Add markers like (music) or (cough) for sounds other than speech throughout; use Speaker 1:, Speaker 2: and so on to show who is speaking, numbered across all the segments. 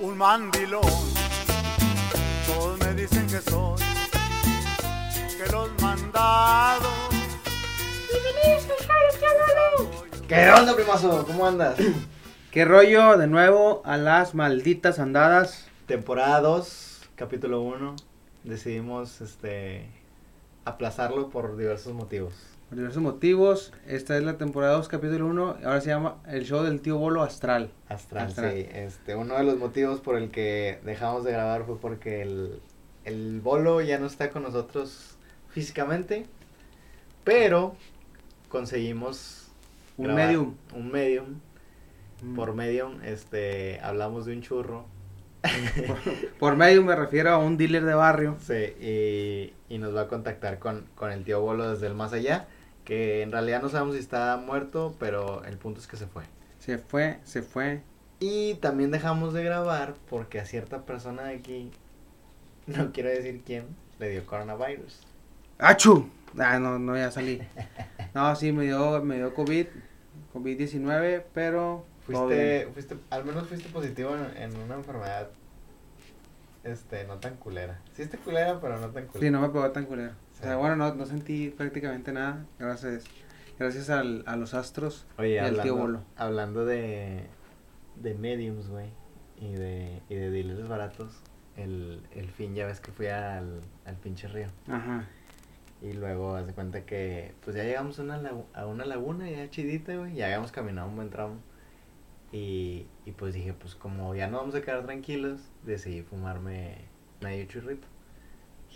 Speaker 1: un mandilón. Todos me dicen que soy, que los mandados.
Speaker 2: ¿Qué onda, primazo? ¿Cómo andas? (clears throat)
Speaker 3: ¿Qué rollo? De nuevo a las malditas andadas.
Speaker 2: Temporada 2, capítulo 1. Decidimos este aplazarlo por diversos motivos.
Speaker 3: Por diversos motivos. Esta es la temporada 2, capítulo 1. Ahora se llama El show del tío Bolo Astral.
Speaker 2: Astral,
Speaker 3: Astral.
Speaker 2: sí. Este, uno de los motivos por el que dejamos de grabar fue porque el, el bolo ya no está con nosotros físicamente, pero conseguimos
Speaker 3: Un
Speaker 2: grabar
Speaker 3: medium. Mm.
Speaker 2: Un medium. Por medium, este, hablamos de un churro.
Speaker 3: Por medio me refiero a un dealer de barrio.
Speaker 2: Sí, y, y nos va a contactar con, con el tío Bolo desde el más allá, que en realidad no sabemos si está muerto, pero el punto es que se fue.
Speaker 3: Se fue, se fue.
Speaker 2: Y también dejamos de grabar porque a cierta persona de aquí, (laughs) no quiero decir quién, le dio coronavirus.
Speaker 3: ¡Achu! Ah, no, no, ya salí. No, sí, me dio, me dio COVID. COVID-19, pero... todo bien.
Speaker 2: Fuiste, fuiste, al menos fuiste positivo en, en una enfermedad, este, no tan culera. Sí está culera, pero no tan culera.
Speaker 3: Sí, no me pegó tan culero. O sea,
Speaker 2: Sí.
Speaker 3: bueno, no, no sentí prácticamente nada. Gracias. Gracias al- a los astros y
Speaker 2: Oye,
Speaker 3: al tío Bolo.
Speaker 2: hablando, hablando de, de mediums, güey, y de, y de dealers baratos, el, el fin ya ves que fui al, al pinche río.
Speaker 3: Ajá.
Speaker 2: Y luego haz de cuenta que, pues ya llegamos a una, lagu- a una laguna ya chidita, güey, ya habíamos caminado un buen tramo. Y, y pues dije, pues como ya no vamos a quedar tranquilos, decidí fumarme medio churrito.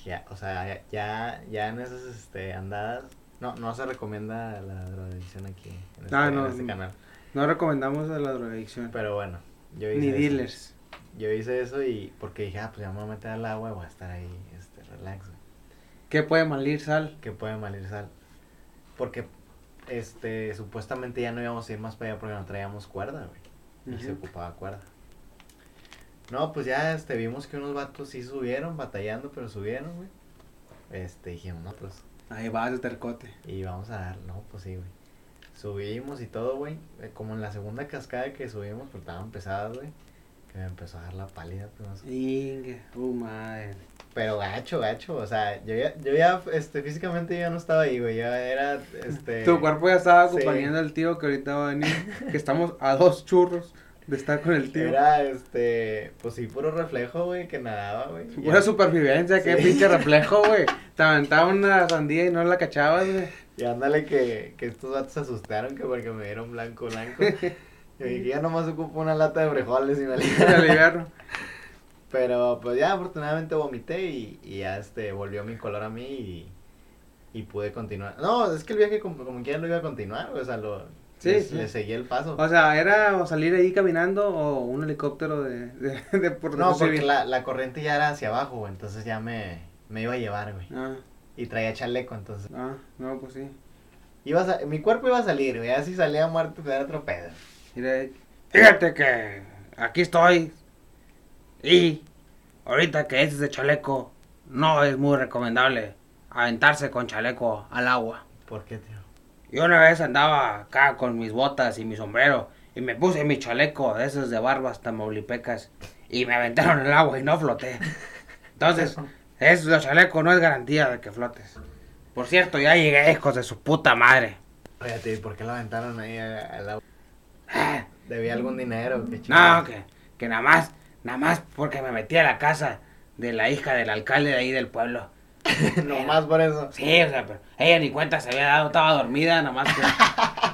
Speaker 2: Ya, o sea, ya, ya en esas este, andadas, no, no se recomienda la drogadicción aquí, en este,
Speaker 3: Ah, no,
Speaker 2: en este
Speaker 3: no.
Speaker 2: canal.
Speaker 3: No recomendamos a la drogadicción.
Speaker 2: Pero bueno, yo hice
Speaker 3: Ni
Speaker 2: eso.
Speaker 3: dealers.
Speaker 2: Yo hice eso y porque dije, ah, pues ya me voy a meter al agua y voy a estar ahí, este, relax, güey.
Speaker 3: ¿Qué puede malir sal?
Speaker 2: Que puede mal ir sal. Porque, este, supuestamente ya no íbamos a ir más para allá porque no traíamos cuerda, güey. Y se
Speaker 3: Ujú.
Speaker 2: ocupaba cuerda. No, pues ya, este, vimos que unos vatos sí subieron, batallando, pero subieron, güey. Este, dijimos, no, pues,
Speaker 3: Ahí va el tercote.
Speaker 2: y vamos a dar, no, pues sí, güey. Subimos y todo, güey. eh, Como en la segunda cascada que subimos, porque estaban pesadas, güey. Que me empezó a dar la pálida, pues, no sé.
Speaker 3: Ingue, uh, madre.
Speaker 2: Pero gacho, gacho, o sea, yo ya, yo ya, este, físicamente yo ya no estaba ahí, güey, ya era, este...
Speaker 3: (laughs) Tu cuerpo ya estaba
Speaker 2: sí.
Speaker 3: acompañando al tío que ahorita va a venir. que estamos a dos churros de estar con el tío.
Speaker 2: Era, este, pues sí, puro reflejo, güey, que nadaba, güey.
Speaker 3: Pura
Speaker 2: y-
Speaker 3: supervivencia, qué
Speaker 2: Sí.
Speaker 3: pinche
Speaker 2: (laughs)
Speaker 3: reflejo, güey. Te aventaba una sandía y no la cachabas, güey.
Speaker 2: Y ándale que, que estos vatos se asustaron, que porque me dieron blanco,
Speaker 3: (laughs)
Speaker 2: blanco. Yo dije, ya nomás ocupo una lata de frijoles y me
Speaker 3: Para
Speaker 2: la-".
Speaker 3: aliviarlo.
Speaker 2: Pero, pues ya, afortunadamente vomité y, y ya, este, volvió mi color a mí y, y pude continuar. No, es que el viaje como, como quiera lo iba a continuar, güey, o sea, lo...
Speaker 3: Sí,
Speaker 2: le,
Speaker 3: sí. Ah,
Speaker 2: le seguí el paso.
Speaker 3: O sea, era o salir ahí caminando o un helicóptero de, de, de por
Speaker 2: No, porque
Speaker 3: civil.
Speaker 2: la, la corriente ya era hacia abajo, güey, entonces ya me, me iba a llevar, güey.
Speaker 3: Ah,
Speaker 2: Y traía chaleco, entonces.
Speaker 3: ah, no, pues sí.
Speaker 2: Iba a sa- mi cuerpo iba a salir, güey, así salía muerto, te era otro pedo.
Speaker 3: Mira, fíjate que aquí estoy. Y ahorita que es de chaleco, no es muy recomendable aventarse con chaleco al agua.
Speaker 2: ¿Por qué, tío?
Speaker 3: Yo una vez andaba acá con mis botas y mi sombrero y me puse mi chaleco de esos de barbas tamaulipecas y me aventaron al agua y no floté. Entonces, eso de chaleco no es garantía de que flotes. Por cierto, ya llegué, hijos de su puta madre.
Speaker 2: Fíjate, ¿por qué lo aventaron ahí a- al agua?
Speaker 3: Ah, Mm.
Speaker 2: ¿Debía algún dinero? ¿Qué
Speaker 3: No,
Speaker 2: chingados?
Speaker 3: que, que nada más, nada más porque me metí a la casa de la hija del alcalde de ahí del pueblo.
Speaker 2: (laughs) Nomás por eso.
Speaker 3: Sí, o sea, pero ella ni cuenta se había dado, estaba dormida, nada más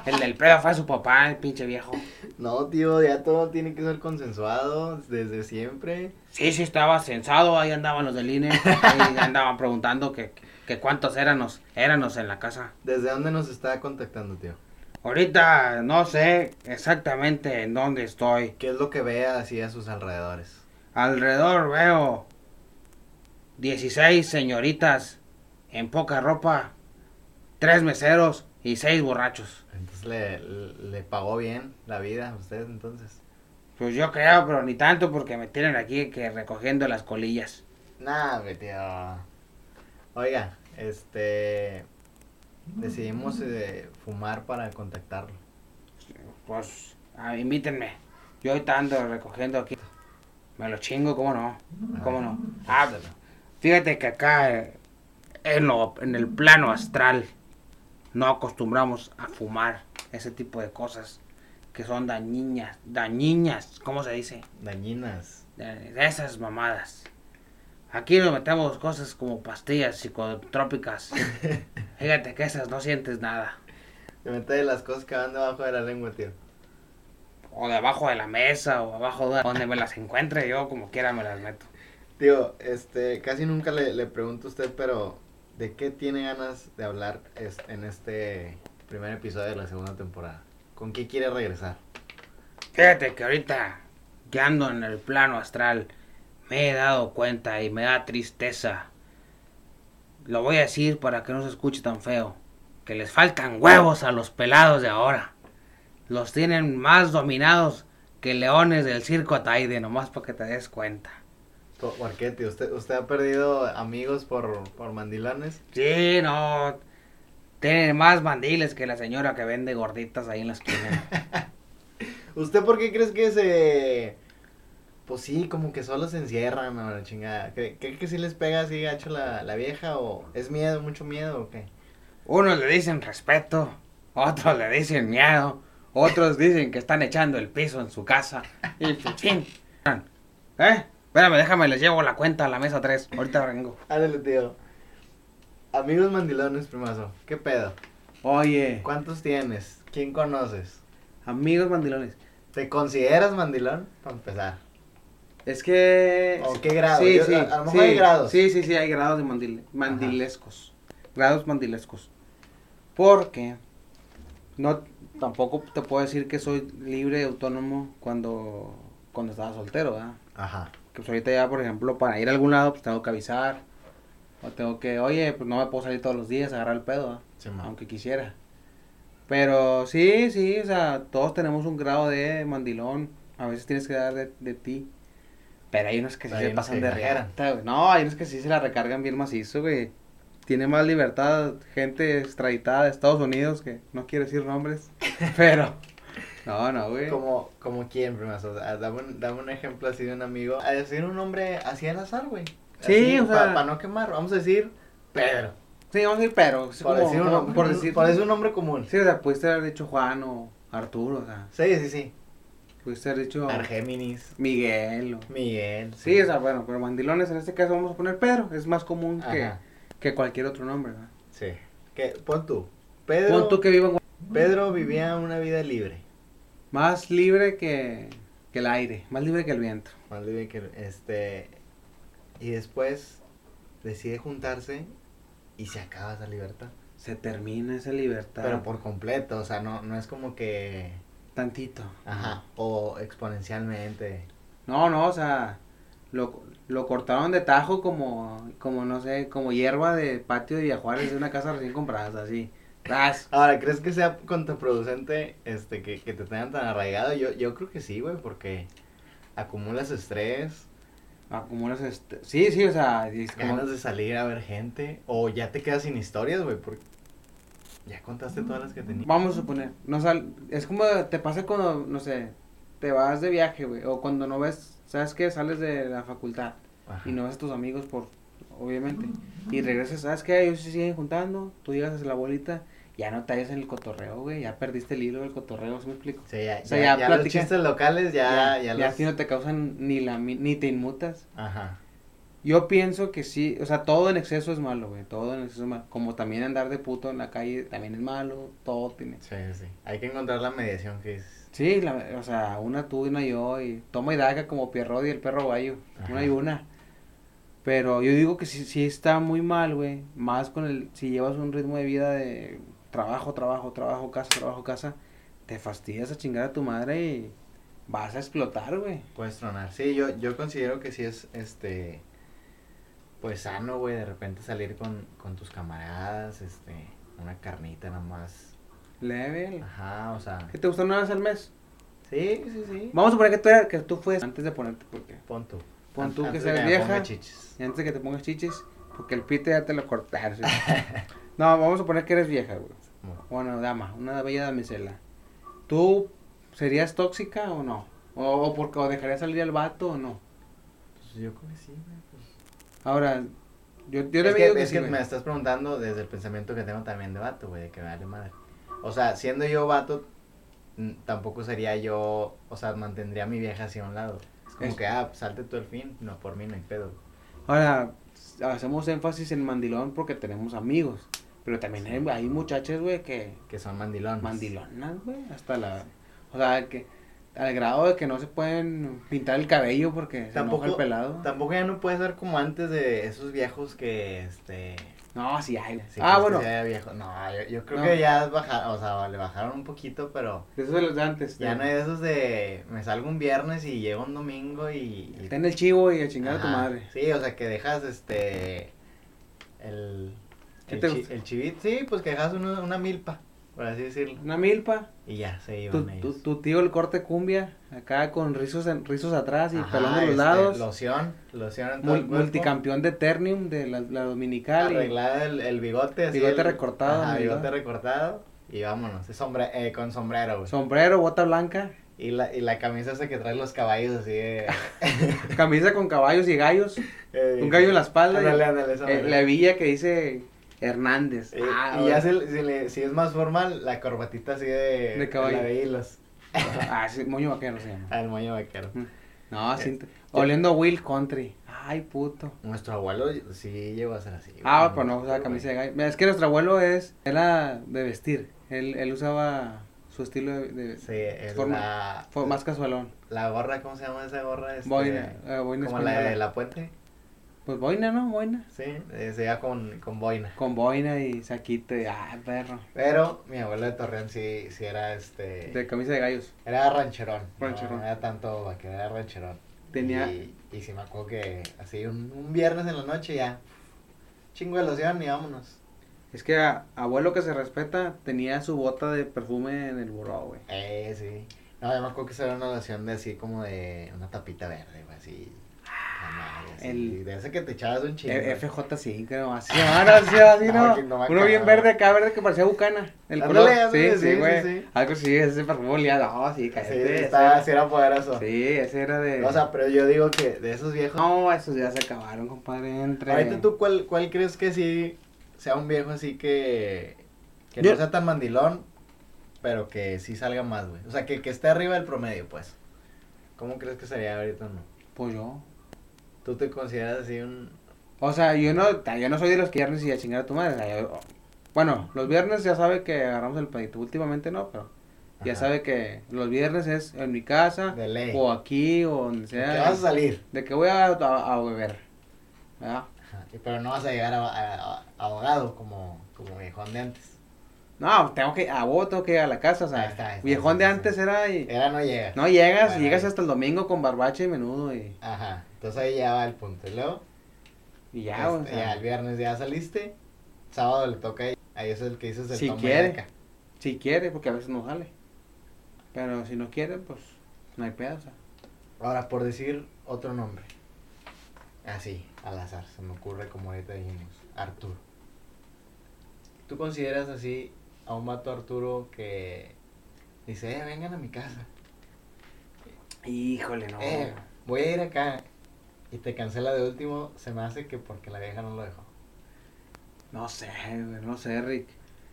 Speaker 3: que el del pedo fue su papá, el pinche viejo.
Speaker 2: No, tío, ya todo tiene que ser consensuado desde siempre.
Speaker 3: Sí, sí, estaba censado, ahí andaban los del INE, ahí andaban preguntando que, que cuántos éramos, éramos en la casa.
Speaker 2: ¿Desde dónde nos está contactando, tío?
Speaker 3: Ahorita no sé exactamente en dónde estoy.
Speaker 2: ¿Qué es lo que ve así a sus alrededores?
Speaker 3: Alrededor veo 16 señoritas en poca ropa, tres meseros y seis borrachos.
Speaker 2: Entonces le, le pagó bien la vida a usted, entonces.
Speaker 3: Pues yo creo, pero ni tanto porque me tienen aquí que recogiendo las colillas.
Speaker 2: Nah, mi tío. Oiga, este. Decidimos eh, fumar para contactarlo.
Speaker 3: Pues ah, invítenme. Yo ahorita ando recogiendo aquí.
Speaker 4: Me lo chingo, ¿cómo no? ¿Cómo no? Ah,
Speaker 3: pues,
Speaker 4: fíjate que acá eh, en, lo- en el plano astral no acostumbramos a fumar ese tipo de cosas que son dañinas, dañinas, ¿cómo se dice?
Speaker 2: Dañinas.
Speaker 4: De de esas mamadas. Aquí nos metemos cosas como pastillas psicotrópicas. Fíjate que esas no sientes nada.
Speaker 2: Te metes de las cosas que van debajo de la lengua, tío.
Speaker 4: O debajo de la mesa o abajo de donde me las encuentre, yo como quiera me las meto.
Speaker 2: Tío, este, casi nunca le, le pregunto a usted, pero ¿de qué tiene ganas de hablar es- en este primer episodio de la segunda temporada? ¿Con qué quiere regresar?
Speaker 4: Fíjate que ahorita que ando en el plano astral me he dado cuenta y me da tristeza. Lo voy a decir para que no se escuche tan feo. Que les faltan huevos a los pelados de ahora. Los tienen más dominados que leones del circo Ataide, nomás para que te des cuenta.
Speaker 2: Po- ¿Por qué, tío? ¿Usted, usted ha perdido amigos por, por mandilones?
Speaker 4: Sí, no. Tienen más mandiles que la señora que vende gorditas ahí en la esquina.
Speaker 2: ¿Usted por qué crees que se... Pues sí, como que solo se encierran a la chingada. ¿Cree, cree que sí les pega así gacho la, la vieja o es miedo, mucho miedo o qué?
Speaker 4: Unos le dicen respeto, otros le dicen miedo, otros dicen que están echando el piso en su casa. Y pues, fin. ¿Eh? Espérame, déjame, les llevo la cuenta a la mesa 3. Ahorita vengo.
Speaker 2: Ándale, tío. Amigos mandilones, primazo. ¿Qué pedo?
Speaker 4: Oye,
Speaker 2: ¿Cuántos tienes? ¿Quién conoces?
Speaker 4: amigos mandilones,
Speaker 2: ¿Te consideras mandilón? Para empezar.
Speaker 4: es que.
Speaker 2: ¿O qué grado?
Speaker 4: Sí,
Speaker 2: Yo-
Speaker 4: sí,
Speaker 2: a- a lo mejor
Speaker 4: sí,
Speaker 2: hay grados.
Speaker 4: Sí, sí, sí, hay grados de mandil- mandilescos. Grados mandilescos. Porque no tampoco te puedo decir que soy libre y autónomo cuando, cuando estaba soltero, ¿verdad?
Speaker 2: Ajá.
Speaker 4: Que pues ahorita ya, por ejemplo, para ir a algún lado, pues tengo que avisar. O tengo que, oye, pues no me puedo salir todos los días a agarrar el pedo, ¿verdad? aunque quisiera. Pero sí, sí, o sea, todos tenemos un grado de mandilón. A veces tienes que dar de, de ti. Pero hay unos que sí
Speaker 2: Hay
Speaker 4: se
Speaker 2: unos
Speaker 4: pasan
Speaker 2: que
Speaker 4: de
Speaker 2: exageran.
Speaker 4: reata, güey. No, hay unos que sí se la recargan bien macizo, güey. Tiene más libertad gente extraditada de Estados Unidos, que no quiero
Speaker 2: (laughs)
Speaker 4: decir nombres. Pero, no, no, güey.
Speaker 2: Como, como quién, primazo. O sea, Dame un, dame un ejemplo así de un amigo. A decir un nombre así al azar, güey.
Speaker 4: Sí, o sea-
Speaker 2: Para no quemar. Vamos a decir Pedro.
Speaker 4: Sí, vamos a decir, pero. sí,
Speaker 2: Por,
Speaker 4: como-
Speaker 2: decir, un,
Speaker 4: como-
Speaker 2: nombre-
Speaker 4: por decir-
Speaker 2: por decir un nombre común.
Speaker 4: Sí, o sea, pudiste haber dicho Juan o Arturo, o sea,
Speaker 2: Sí, sí, sí.
Speaker 4: pudiste haber dicho
Speaker 2: Argéminis.
Speaker 4: Miguel o...
Speaker 2: Miguel.
Speaker 4: Sí, o sea, bueno, pero mandilones en este caso vamos a poner Pedro, es más común que,
Speaker 2: Ajá,
Speaker 4: que cualquier otro nombre, ¿verdad?
Speaker 2: Sí. ¿Qué? Pon tú. Pedro,
Speaker 4: Pon tú que vivan
Speaker 2: Pedro vivía una vida libre.
Speaker 4: más libre que, que el aire, más libre que el viento.
Speaker 2: Más libre que este y después decide juntarse y se acaba esa libertad.
Speaker 4: Se termina esa libertad
Speaker 2: Pero por completo, o sea, no, no es como que
Speaker 4: tantito.
Speaker 2: ajá, o exponencialmente.
Speaker 4: No, no, o sea, lo, lo cortaron de tajo como, como, no sé, como hierba de patio de Villajuárez de una casa recién comprada, o sea, así. ¡Tras!
Speaker 2: Ahora, ¿crees que sea contraproducente este que, que te tengan tan arraigado? Yo yo creo que sí, güey, porque acumulas estrés,
Speaker 4: Acumulas este... Sí, sí, o sea, es como-
Speaker 2: ganas de salir a ver gente o ya te quedas sin historias, güey, porque ya contaste todas las que tenías.
Speaker 4: Vamos a suponer, no sal, es como Pues, te pasa cuando, no sé, te vas de viaje, güey, o cuando no ves, ¿sabes qué? Sales de la facultad
Speaker 2: Ajá.
Speaker 4: Mm, y no ves a tus amigos por, obviamente, y regresas, ¿sabes qué? Ellos se siguen juntando, tú llegas hacia la bolita, ya no te hallas en el cotorreo, güey, ya perdiste el hilo del cotorreo, ¿sí me explico?
Speaker 2: Sí, ya,
Speaker 4: O sea,
Speaker 2: ya-
Speaker 4: ya
Speaker 2: ya los
Speaker 4: platica-
Speaker 2: chistes locales ya, Ah, ya,
Speaker 4: ya
Speaker 2: los-
Speaker 4: a ti no te causan ni la, mi- ni te inmutas.
Speaker 2: Ajá.
Speaker 4: Yo pienso que sí, o sea, todo en exceso es malo, güey, todo en exceso es malo, como también andar de puto en la calle también es malo, todo tiene...
Speaker 2: Sí, sí, sí. Hay que encontrar la mediación que es.
Speaker 4: Sí, la- o sea, una tú y una yo, y toma y daga como Pierrot y el perro guayo,
Speaker 2: Ajá.
Speaker 4: una y una. Pero yo digo que sí, sí está muy mal, güey, más con el, si llevas un ritmo de vida de trabajo, trabajo, trabajo, casa, trabajo, casa, te fastidias a chingar a tu madre y vas a explotar, güey.
Speaker 2: Puedes tronar. Sí, yo, yo considero que sí es este. Pues sano, güey, de repente salir con, con tus camaradas, este. Una carnita nada más.
Speaker 4: Level.
Speaker 2: Ajá, o sea.
Speaker 4: ¿Qué te gusta una vez al mes?
Speaker 2: Sí, sí, sí.
Speaker 4: Vamos a suponer que tú, era- que tú fues antes de ponerte, porque
Speaker 2: Pon tú.
Speaker 4: pon
Speaker 2: An-
Speaker 4: tú que
Speaker 2: antes de
Speaker 4: seas
Speaker 2: me
Speaker 4: vieja.
Speaker 2: ponga chichis.
Speaker 4: Y antes de que te pongas chichis, porque el pite ya te lo cortaron. (laughs) no, vamos a poner que eres vieja, güey.
Speaker 2: Bueno.
Speaker 4: Bueno, dama, una bella damisela. ¿Tú serías tóxica o no? ¿O, o porque o dejarías salir al vato o no?
Speaker 2: Pues yo creo que sí, güey. pues.
Speaker 3: Ahora, yo, yo te
Speaker 2: es
Speaker 3: digo
Speaker 2: que,
Speaker 3: que,
Speaker 2: es
Speaker 3: sí,
Speaker 2: que
Speaker 3: güey.
Speaker 2: me estás preguntando desde el pensamiento que tengo también de vato, güey, de que me vale madre. O sea, siendo yo vato, mm, tampoco sería yo, o sea, mantendría a mi vieja hacia un lado. Es como
Speaker 3: Es-
Speaker 2: que, ah, salte tú al fin, no, por mí no hay pedo.
Speaker 3: Ahora, hacemos énfasis en mandilón porque tenemos amigos. Pero también hay, hay muchachas, güey, que
Speaker 2: Que son mandilones.
Speaker 3: mandilonas, güey, hasta la... O sea, que al grado de que no se pueden pintar el cabello porque se enoja el
Speaker 2: Tampoco,
Speaker 3: pelado.
Speaker 2: tampoco ya no puede ser como antes de esos viejos que, este...
Speaker 3: No, sí hay. güey.
Speaker 2: sí,
Speaker 3: ah,
Speaker 2: que
Speaker 3: bueno,
Speaker 2: sea viejo. No, yo, yo creo
Speaker 3: No.
Speaker 2: que ya bajaron, o sea, le bajaron un poquito, pero...
Speaker 3: eso de los de antes.
Speaker 2: Ya
Speaker 3: de-
Speaker 2: no hay de esos de me salgo un viernes y llego un domingo y, y
Speaker 3: Está en el chivo y a chingar a tu
Speaker 2: Ajá,
Speaker 3: madre.
Speaker 2: Sí, o sea, que dejas este. El.
Speaker 3: ¿Qué
Speaker 2: el,
Speaker 3: te
Speaker 2: chi-
Speaker 3: gusta?
Speaker 2: el chivit, sí, pues que dejas uno- una milpa, por así decirlo.
Speaker 3: Una milpa.
Speaker 2: Y ya se
Speaker 3: Tu,
Speaker 2: iban
Speaker 3: tu-
Speaker 2: ellos.
Speaker 3: tu tío el corte cumbia, acá con rizos en- rizos atrás y
Speaker 2: Ajá,
Speaker 3: pelón de los
Speaker 2: este,
Speaker 3: lados.
Speaker 2: Loción, loción en todo
Speaker 3: mul-
Speaker 2: el cuerpo,
Speaker 3: multicampeón de Ternium de la, la Dominical. y-
Speaker 2: Arreglar el, el bigote. así
Speaker 3: Bigote
Speaker 2: el-
Speaker 3: recortado,
Speaker 2: Ajá,
Speaker 3: mi
Speaker 2: bigote
Speaker 3: bigote.
Speaker 2: recortado. Y vámonos, es sombre- eh, con sombrero, güey.
Speaker 3: Sombrero, bota blanca,
Speaker 2: Y, la, y la camisa esa que traen los caballos así de...
Speaker 3: camisa con caballos
Speaker 2: (laughs)
Speaker 3: y gallos,
Speaker 2: eh,
Speaker 3: (laughs) un gallo en la espalda, y,
Speaker 2: Ándale, ándale, esa
Speaker 3: eh,
Speaker 2: madre.
Speaker 3: la hebilla que dice Hernández.
Speaker 2: Eh,
Speaker 3: Ah,
Speaker 2: y ya
Speaker 3: bueno.
Speaker 2: se- se le- si es más formal, la corbatita así de...
Speaker 3: De caballo.
Speaker 2: La de hilos.
Speaker 3: Ah, sí, moño vaquero se llama.
Speaker 2: Al moño vaquero.
Speaker 3: No,
Speaker 2: Eh,
Speaker 3: sí, oliendo a Will Country. Ay, puto.
Speaker 2: Nuestro abuelo sí llegó a ser así.
Speaker 3: Ah,
Speaker 2: güey.
Speaker 3: pues no usaba
Speaker 2: Sí,
Speaker 3: camisa de
Speaker 2: güey.
Speaker 3: gallo. Mira, Es que nuestro abuelo es, era de vestir. Él, él usaba su estilo de, de-
Speaker 2: Sí, el-
Speaker 3: Forma-
Speaker 2: la,
Speaker 3: fue más casualón.
Speaker 2: la gorra, ¿cómo se llama esa gorra? Este,
Speaker 3: Boina, eh, boina
Speaker 2: Como la
Speaker 3: española.
Speaker 2: de la puente,
Speaker 3: Pues boina, ¿no? Boina.
Speaker 2: sí, eh, se lleva con, con boina.
Speaker 3: Con boina y saquito. y- Ah, perro.
Speaker 2: Pero mi abuelo de Torreón sí, sí era este...
Speaker 3: De camisa de gallos.
Speaker 2: Era rancherón.
Speaker 3: Rancherón.
Speaker 2: No, era tanto vaquero, era rancherón.
Speaker 3: Tenía-
Speaker 2: Y, y sí me acuerdo que así un, un viernes en la noche ya, chingo de loción y vámonos.
Speaker 3: Es que a- abuelo que se respeta tenía su bota de perfume en el buró, güey.
Speaker 2: Eh, sí. No, yo me acuerdo que esa era una loción de así como de una tapita verde, güey, así. la madre, así,
Speaker 3: el-
Speaker 2: De ese que te echabas un chingo.
Speaker 3: E- FJ5, no, así, ahora sí, así,
Speaker 2: No,
Speaker 3: no.
Speaker 2: que no me
Speaker 3: Uno bien
Speaker 2: acordaba.
Speaker 3: verde acá, verde que parecía bucana. El
Speaker 2: Ándale,
Speaker 3: color.
Speaker 2: ándale,
Speaker 3: sí,
Speaker 2: sí,
Speaker 3: sí,
Speaker 2: sí,
Speaker 3: güey.
Speaker 2: sí.
Speaker 3: Algo así, ese perfume olía, no, sí,
Speaker 2: Sí,
Speaker 3: cállate. ese
Speaker 2: estaba,
Speaker 3: era-
Speaker 2: sí era poderoso.
Speaker 3: Sí, ese era de.
Speaker 2: O sea, pero yo digo que de esos viejos.
Speaker 3: no, esos ya se acabaron, compadre. Entre.
Speaker 2: Ahorita tú, ¿cuál, ¿cuál crees que sí sea un viejo así que. que
Speaker 3: Yo-
Speaker 2: no sea tan mandilón, pero que sí salga más, güey? O sea, que, que esté arriba del promedio, pues. ¿Cómo crees que sería ahorita uno?
Speaker 3: Pues yo.
Speaker 2: ¿Tú te consideras así un.
Speaker 3: O sea, yo no, ta- yo no soy de los que viernes y a chingar a tu madre. o sea, yo- bueno, los viernes ya sabe que agarramos el pedito. Últimamente no, pero ya
Speaker 2: Ajá.
Speaker 3: sabe que los viernes es en mi casa.
Speaker 2: De ley.
Speaker 3: O aquí, o donde
Speaker 2: que vas
Speaker 3: sea.
Speaker 2: a salir?
Speaker 3: De que voy a, a- a beber. ¿verdad?
Speaker 2: Ajá, y- (laughs) Pero no vas a llegar a, a- a- ahogado como, como viejón de antes.
Speaker 3: No, tengo que, a vos tengo que ir a la casa, o sea,
Speaker 2: Ahí está, ahí está,
Speaker 3: viejón
Speaker 2: sí,
Speaker 3: de
Speaker 2: sí,
Speaker 3: antes
Speaker 2: sí.
Speaker 3: era y,
Speaker 2: Era no llega.
Speaker 3: no llegas,
Speaker 2: Bueno,
Speaker 3: y llegas
Speaker 2: ahí.
Speaker 3: hasta el domingo con barbache y menudo y,
Speaker 2: Ajá. Entonces ahí ya va el punto. Y luego,
Speaker 3: y
Speaker 2: este,
Speaker 3: ya,
Speaker 2: ya,
Speaker 3: o sea,
Speaker 2: el viernes ya saliste. Sábado le toca ahí. Ahí es el que dices el
Speaker 3: Si
Speaker 2: toma y
Speaker 3: quiere.
Speaker 2: daca.
Speaker 3: si quiere, porque a veces no sale, pero si no quiere, pues, no hay pedo, o sea,
Speaker 2: Ahora, por decir otro nombre. Así, al azar, se me ocurre como ahorita dijimos, Arturo. ¿Tú consideras así a un vato Arturo que dice, eh, vengan a mi casa,
Speaker 3: híjole, no,
Speaker 2: eh, voy a ir acá y te cancela de último, se me hace que porque la vieja no lo dejó?
Speaker 3: no sé, güey, no sé, Rick,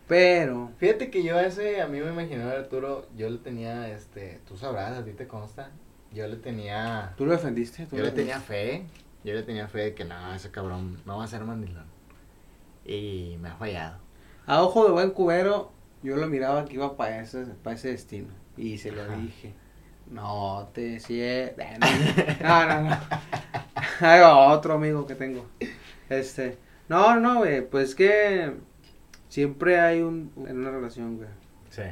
Speaker 3: pero,
Speaker 2: Fíjate que yo a ese, a mí me imaginaba Arturo, yo le tenía, este, tú sabrás, a ti te consta, yo le tenía,
Speaker 3: tú lo defendiste, tú
Speaker 2: yo
Speaker 3: lo
Speaker 2: le tenía
Speaker 3: defendiste.
Speaker 2: fe, yo le tenía fe de que no, ese cabrón no va a ser mandilón. Y me ha fallado.
Speaker 3: a ojo de buen cubero, yo lo miraba que iba para ese, para ese destino, y se lo
Speaker 2: Ajá.
Speaker 3: dije, no te sientes, no, no, (laughs) no. Ahí va otro amigo que tengo. Este. No, no, güey. Pues que siempre hay un, en una relación, güey.
Speaker 2: Sí.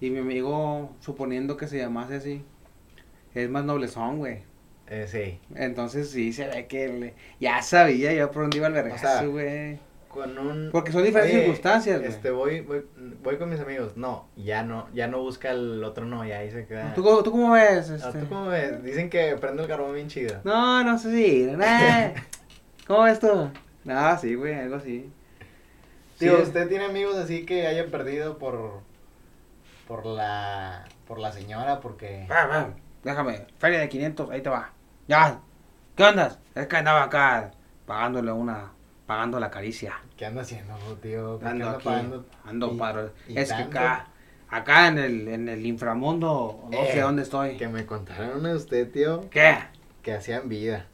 Speaker 3: Y mi amigo, suponiendo que se llamase así, es más noblezón, güey.
Speaker 2: Eh, sí.
Speaker 3: Entonces sí se ve que le- ya sabía yo por dónde iba el
Speaker 2: O sea,
Speaker 3: vergazo, güey.
Speaker 2: Con un...
Speaker 3: Porque son diferentes
Speaker 2: Oye,
Speaker 3: circunstancias, güey.
Speaker 2: Este, voy, voy, voy con mis amigos. No, ya no, ya no busca el otro no, ya ahí se queda.
Speaker 3: ¿Tú, cómo- tú cómo ves?
Speaker 2: Ah,
Speaker 3: Este?
Speaker 2: ¿tú cómo ves? Dicen que prende el carbón bien chido.
Speaker 3: No, no sé si.
Speaker 2: (laughs)
Speaker 3: nah. ¿Cómo ves tú? No, sí, güey, algo así.
Speaker 2: Digo,
Speaker 3: Sí,
Speaker 2: ¿usted tiene amigos así que hayan perdido por... por la... por la señora, porque...
Speaker 3: Va, va, Déjame, feria de 500, ahí te va. Ya.
Speaker 4: ¿Qué onda? Es que andaba acá pagándole una. pagando la caricia.
Speaker 2: ¿Qué anda haciendo, tío? ¿Por qué
Speaker 4: Ando
Speaker 2: anda
Speaker 4: aquí,
Speaker 2: pagando?
Speaker 4: ando
Speaker 2: y-
Speaker 4: paro.
Speaker 2: y
Speaker 4: Es que
Speaker 2: tanto?
Speaker 4: acá, acá en el, en el inframundo, no sé
Speaker 2: Eh,
Speaker 4: dónde estoy.
Speaker 2: Que me contaron a usted, tío,
Speaker 4: ¿Qué?
Speaker 2: que hacían vida.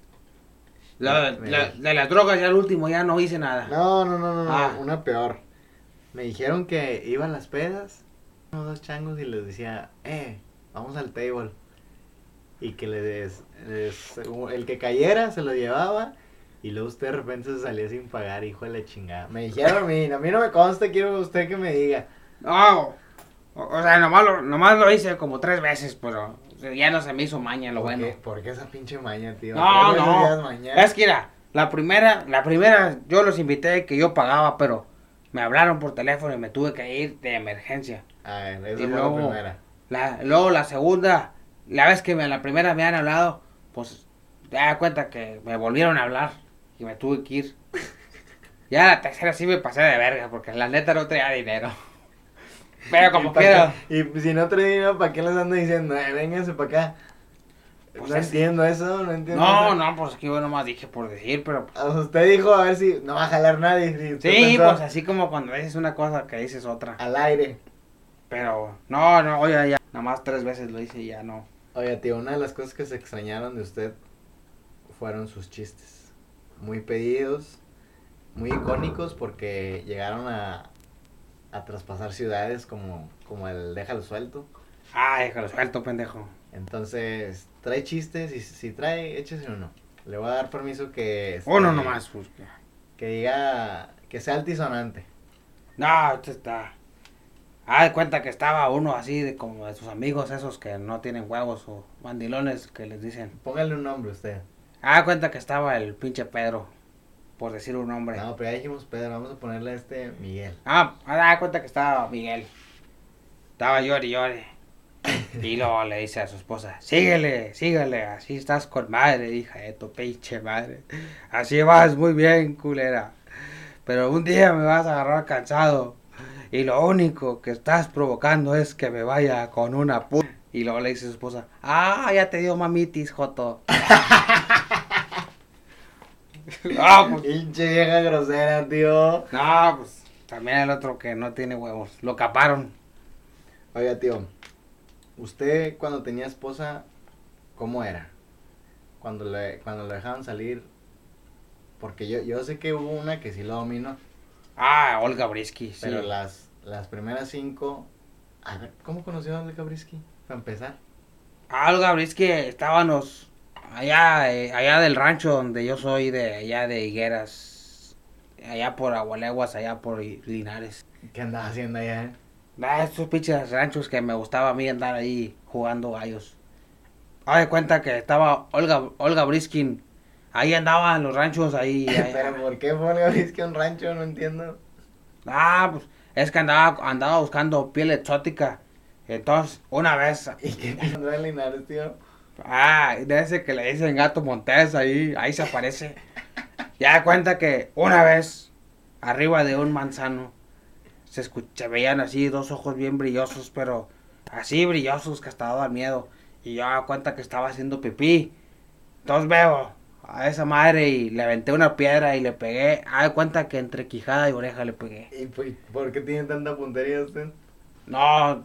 Speaker 4: La-
Speaker 2: Me-
Speaker 4: la- de las drogas ya el último ya no hice nada.
Speaker 2: No, no, no, no, no,
Speaker 4: Ah.
Speaker 2: una peor. Me dijeron que iba a las pedas, unos dos changos y les decía, eh, vamos al table. Y que le des, les- el que cayera se lo llevaba y luego usted de repente se salía sin pagar, hijo de la chingada. Me dijeron a mí, a mí no me consta, quiero usted que me diga.
Speaker 4: No. O, o sea, nomás lo, nomás lo hice como tres veces, pero ya no se me hizo maña lo
Speaker 2: ¿Por
Speaker 4: bueno.
Speaker 2: qué- ¿Por qué esa pinche maña, tío?
Speaker 4: No,
Speaker 2: Tres veces ya es
Speaker 4: no.
Speaker 2: maña.
Speaker 4: Es que mira, la primera, la primera yo los invité que yo pagaba, pero me hablaron por teléfono y me tuve que ir de emergencia.
Speaker 2: A ver, esa
Speaker 4: Y
Speaker 2: fue
Speaker 4: luego-
Speaker 2: la primera.
Speaker 4: La, luego la segunda, la vez que me, la primera me han hablado, pues te das cuenta que me volvieron a hablar y me tuve que ir. Ya la tercera sí me pasé de verga porque la neta no
Speaker 2: (laughs)
Speaker 4: traía dinero. Pero como
Speaker 2: ¿Y pa'
Speaker 4: quiera,
Speaker 2: qué- Y si no trae dinero, ¿para qué les ando diciendo? Eh, vénganse para acá.
Speaker 4: Pues
Speaker 2: no
Speaker 4: es-
Speaker 2: entiendo eso, no entiendo
Speaker 4: no,
Speaker 2: eso.
Speaker 4: no, pues que yo nomás dije por decir, pero pues,
Speaker 2: O sea, Usted dijo a ver si no va a jalar nadie. si usted
Speaker 4: sí,
Speaker 2: pensó,
Speaker 4: pues así como cuando dices una cosa que dices otra.
Speaker 2: Al aire.
Speaker 4: Pero no, no, oye, ya, nada más tres veces lo hice y ya no.
Speaker 2: Oye, tío, una de las cosas que se extrañaron de usted fueron sus chistes. Muy pedidos, muy icónicos porque llegaron a, a traspasar ciudades como, como el Déjalo Suelto.
Speaker 4: Ah, déjalo suelto, pendejo.
Speaker 2: Entonces, trae chistes y si trae, échese uno. Le voy a dar permiso que... este,
Speaker 4: Uno nomás. pues, que-
Speaker 2: Que diga, que sea altisonante.
Speaker 4: No, este está. Ah, de cuenta que estaba uno así de como de sus amigos esos que no tienen huevos o mandilones que les dicen.
Speaker 2: Póngale un nombre usted.
Speaker 4: Ah, de cuenta que estaba el pinche Pedro, por decir un nombre.
Speaker 2: No, pero ya dijimos Pedro, vamos a ponerle a este Miguel.
Speaker 4: Ah, ah, da cuenta que estaba Miguel. Estaba llore y llore. Y luego le dice a su esposa, síguele, síguele, así estás con madre, hija de tu pinche madre. Así vas muy bien, culera. Pero un día me vas a agarrar cansado. Y lo único que estás provocando es que me vaya con una puta. Y luego le dice a su esposa, ah, ya te dio mamitis, Joto. (laughs) ah, pues,
Speaker 2: Pinche vieja grosera, tío.
Speaker 4: no, pues también el otro que no tiene huevos. Lo caparon.
Speaker 2: Oiga, tío, usted cuando tenía esposa, ¿cómo era? Cuando le, cuando lo dejaban salir, porque yo, yo sé que hubo una que sí lo dominó,
Speaker 4: Ah, Olga Brisky. Sí.
Speaker 2: pero las, las primeras cinco, a ver, ¿cómo conoció a Olga Brisky? Para empezar.
Speaker 4: Ah, Olga Brisky estábamos allá, eh, allá del rancho donde yo soy, de allá de Higueras. Allá por Agualeguas, allá por I- Linares.
Speaker 2: ¿Qué andaba haciendo allá? eh?
Speaker 4: Ah, esos pinches ranchos que me gustaba a mí andar ahí jugando gallos. Ah, de cuenta que estaba Olga, Olga Briskin. Ahí andaba en los ranchos, ahí. ahí-
Speaker 2: pero ¿por qué fue Olga Brisky a un rancho? No entiendo.
Speaker 4: Ah, pues es que andaba, andaba buscando piel exótica. Entonces, una vez,
Speaker 2: ¿Y (laughs) qué tendrá en Linares, tío?
Speaker 4: ah, de ese que le dicen gato montés, ahí, ahí se aparece. Ya da cuenta que una vez, arriba de un manzano, se, escu- se veían así dos ojos bien brillosos, pero así brillosos que hasta daba miedo. Y yo da cuenta que estaba haciendo pipí. Entonces veo a esa madre y le aventé una piedra y le pegué. Ah, de cuenta que entre quijada y oreja le pegué.
Speaker 2: ¿Y por- por qué tiene tanta puntería usted? (laughs)
Speaker 4: No,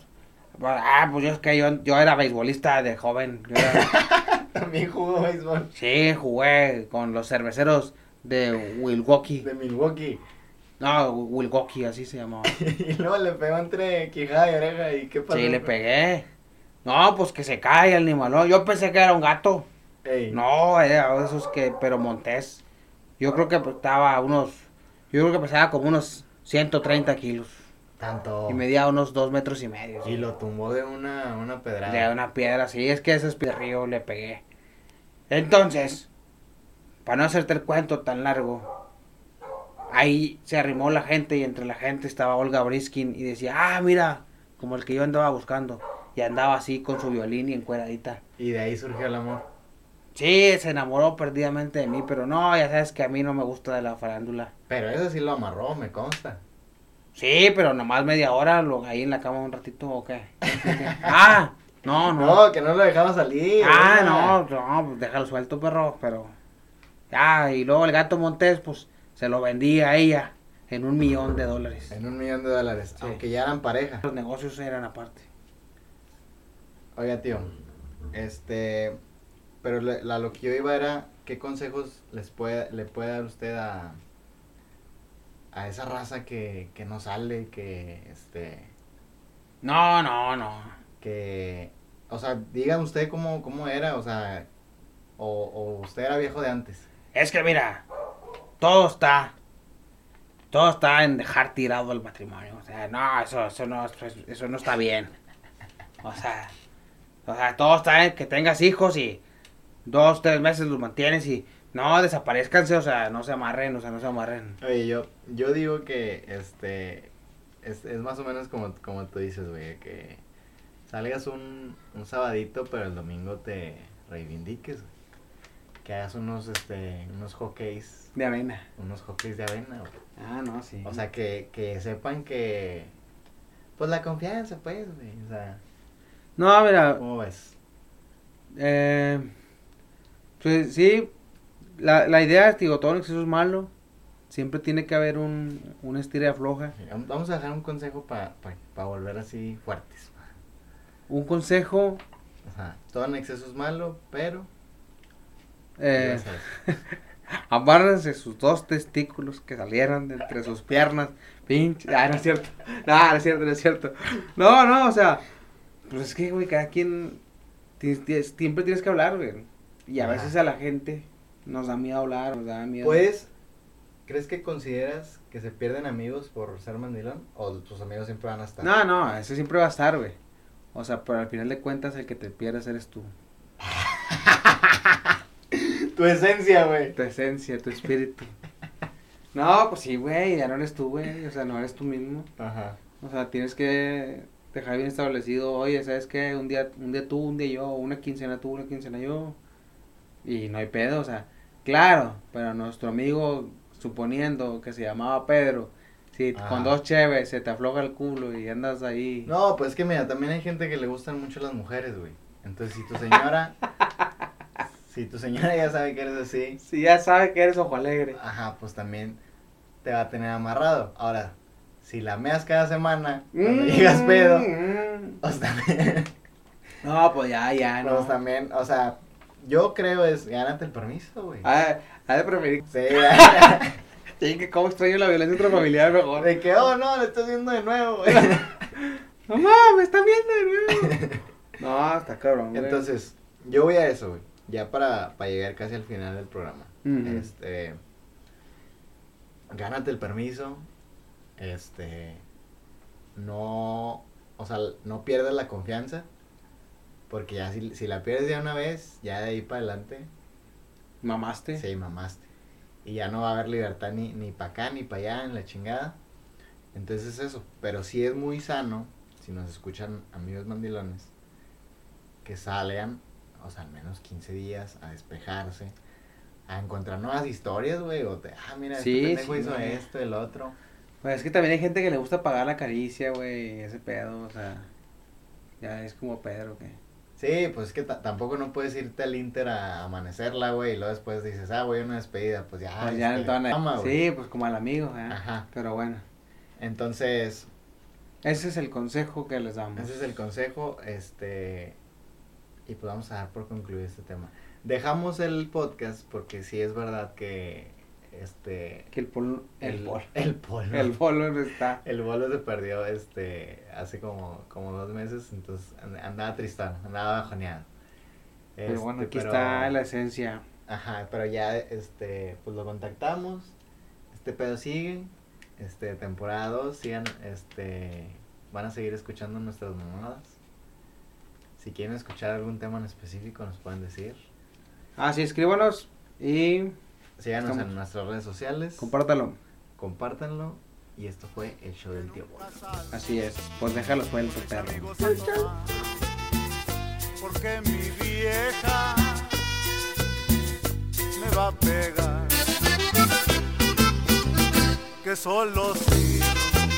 Speaker 4: pues, ah, pues yo es que yo, yo era beisbolista de joven. yo era-
Speaker 2: También jugó béisbol.
Speaker 4: sí, jugué con los cerveceros de Milwaukee.
Speaker 2: De Milwaukee. (laughs)
Speaker 4: No, Milwaukee, así se llamaba.
Speaker 2: y luego le pegó entre quijada y oreja. ¿Y qué pasó?
Speaker 4: Sí, le pegué. No, pues que se cae el animalón. Yo pensé que era un gato.
Speaker 2: Ey,
Speaker 4: No, era de esos que, pero montés. Yo creo que estaba unos, yo creo que pesaba como unos 130 kilos.
Speaker 2: Tanto.
Speaker 4: Y
Speaker 2: Y,
Speaker 4: medía unos dos metros y medio.
Speaker 2: lo tumbó de una, una pedrada.
Speaker 4: De una piedra, sí, es que ese es río le pegué. Entonces, para no hacerte el cuento tan largo, ahí se arrimó la gente y entre la gente estaba Olga Briskin y decía, ah, mira, como el que yo andaba buscando. Y andaba así con su violín y encueradita.
Speaker 2: Y de ahí surgió el amor.
Speaker 4: Sí, se enamoró perdidamente de mí, pero no, ya sabes que a mí no me gusta de la farándula.
Speaker 2: Pero eso sí lo amarró, me consta.
Speaker 4: Sí, pero nomás media hora, lo, ahí en la cama un ratito o qué. ah, no, no.
Speaker 2: No, que no lo dejaba salir.
Speaker 4: Ah,
Speaker 2: oiga.
Speaker 4: no, no, pues déjalo suelto, perro, pero Ah, y luego el gato Montés, pues se lo vendía a ella en un millón de dólares.
Speaker 2: En un millón de dólares,
Speaker 4: Sí.
Speaker 2: aunque ya eran pareja.
Speaker 4: Los negocios eran aparte.
Speaker 2: Oiga, tío, este, pero la, la- lo que yo iba era, ¿qué consejos les puede, le puede dar usted a, a esa raza que, que no sale, que, este,
Speaker 4: No, no, no.
Speaker 2: que, o sea, diga usted cómo, cómo era, o sea, o, o usted era viejo de antes.
Speaker 4: Es que mira, todo está. Todo está en dejar tirado el matrimonio. O sea, no, eso, eso, no, pues, eso no está bien. O sea, o sea, todo está en que tengas hijos y dos, tres meses los mantienes y no, desaparezcanse, o sea, no se amarren, o sea, no se amarren.
Speaker 2: Oye, yo, yo digo que, este, es, es más o menos como, como tú dices, güey, que salgas un, un sabadito, pero el domingo te reivindiques, güey. Que hagas unos, este, unos hockeys,
Speaker 4: De arena.
Speaker 2: unos hockeys de avena, güey.
Speaker 4: Ah, no, sí.
Speaker 2: O sea, que, que sepan que, pues la confianza, pues, güey, o sea,
Speaker 4: no, mira,
Speaker 2: ¿cómo ves?
Speaker 4: Eh, pues sí, la, la idea es, digo, todo en exceso es malo. Siempre tiene que haber un, una estira y afloja.
Speaker 2: Mira, Vamos a dejar un consejo para pa, pa volver así fuertes.
Speaker 4: Un consejo,
Speaker 2: Ajá. Todo en exceso es malo, pero... ya
Speaker 4: eh,
Speaker 2: sabes.
Speaker 4: amárrense sus dos testículos que salieran de entre sus piernas. Pinche, ah, no es cierto. No, no es cierto, no es cierto. No, no, o sea, pues es que, güey, cada quien ti- ti- siempre tienes que hablar, güey. Y a
Speaker 2: Ajá.
Speaker 4: veces a la gente nos da miedo hablar, nos da miedo.
Speaker 2: Pues, ¿crees que consideras que se pierden amigos por ser mandilón? ¿O tus amigos siempre van a estar?
Speaker 4: No, no, eso siempre va a estar, güey. O sea, pero al final de cuentas el que te pierdes eres tú.
Speaker 2: Tu esencia, güey.
Speaker 4: Tu esencia, tu espíritu. No, pues sí, güey, ya no eres tú, güey. O sea, no eres tú mismo.
Speaker 2: Ajá.
Speaker 4: O sea, tienes que dejar bien establecido, oye, ¿sabes qué? Un día, un día tú, un día yo, una quincena tú, una quincena yo. Y no hay pedo, o sea, claro, pero nuestro amigo, suponiendo que se llamaba Pedro, si
Speaker 2: Ah.
Speaker 4: con dos cheves se te afloja el culo y andas ahí.
Speaker 2: No, pues es que mira, también hay gente que le gustan mucho las mujeres, güey. Entonces, si tu (laughs) señora. si tu señora ya sabe que eres así.
Speaker 4: Si ya sabes que eres ojo alegre.
Speaker 2: Ajá, pues también te va a tener amarrado. Ahora, si la meas cada semana, cuando
Speaker 4: Mm,
Speaker 2: llegas pedo.
Speaker 4: mm.
Speaker 2: Pues también.
Speaker 4: No, pues ya, ya, no.
Speaker 2: pues también, o sea, yo creo es. Gánate el permiso, güey.
Speaker 4: Ah, ha de preferir.
Speaker 2: (laughs) Sí,
Speaker 4: Sí, que cómo extraño la violencia intrafamiliar mejor.
Speaker 2: de que, oh no, lo estás viendo de nuevo, güey. (laughs)
Speaker 4: Mamá, me están viendo de nuevo. no, está cabrón. güey.
Speaker 2: Entonces, yo voy a eso, güey. Ya para, para llegar casi al final del programa.
Speaker 4: Ujú.
Speaker 3: Mm-hmm.
Speaker 2: Este. Gánate el permiso. Este. No. O sea, no pierdas la confianza. Porque ya si, si la pierdes ya una vez, ya de ahí para adelante,
Speaker 4: ¿Mamaste?
Speaker 2: sí, mamaste. Y ya no va a haber libertad ni, ni para acá, ni para allá, en la chingada. Entonces eso. Pero sí es muy sano, si nos escuchan amigos mandilones, que salgan, o sea, al menos 15 días a despejarse, a encontrar nuevas historias, güey. O te, ah, mira,
Speaker 4: Sí,
Speaker 2: este pendejo
Speaker 4: sí,
Speaker 2: hizo
Speaker 4: güey.
Speaker 2: esto, el otro.
Speaker 4: Pues es que también hay gente que le gusta pagar la caricia, güey, ese pedo, o sea. Ya es como Pedro, que.
Speaker 2: Sí, pues es que ta- tampoco no puedes irte al Inter a amanecerla, güey, y luego después dices, ah, güey, una despedida, pues ya.
Speaker 4: Pues ya
Speaker 2: este,
Speaker 4: no te van a-
Speaker 2: toma, güey.
Speaker 4: Sí, pues como al amigo, ¿eh?
Speaker 2: Ajá.
Speaker 4: Pero bueno,
Speaker 2: Entonces,
Speaker 4: ese es el consejo que les damos.
Speaker 2: Ese es el consejo, este, y pues vamos a dar por concluido este tema. Dejamos el podcast porque sí es verdad que, este,
Speaker 4: Que el polo. El polo.
Speaker 2: (laughs) el polo,
Speaker 4: El
Speaker 2: el,
Speaker 4: polo no está.
Speaker 2: bolo se perdió, este, hace como, como dos meses, entonces and- andaba tristón, andaba bajoneado.
Speaker 4: Pero bueno,
Speaker 2: Este,
Speaker 4: aquí
Speaker 2: pero-
Speaker 4: está la esencia.
Speaker 2: Ajá, pero ya, este, pues lo contactamos, este pedo sigue, este, temporada 2, sigan, este, van a seguir escuchando nuestras mamadas. Si quieren escuchar algún tema en específico, nos pueden decir.
Speaker 4: Ah, sí, escríbanos y
Speaker 2: Síganos en
Speaker 4: Estamos-
Speaker 2: nuestras redes sociales,
Speaker 4: compártalo.
Speaker 2: compártanlo, y esto fue el show del tío. Boy.
Speaker 4: Así es. Pues déjalo fue el
Speaker 1: Mis
Speaker 4: perro.
Speaker 1: amigos a tomar, Porque mi vieja me va a pegar. Que solo si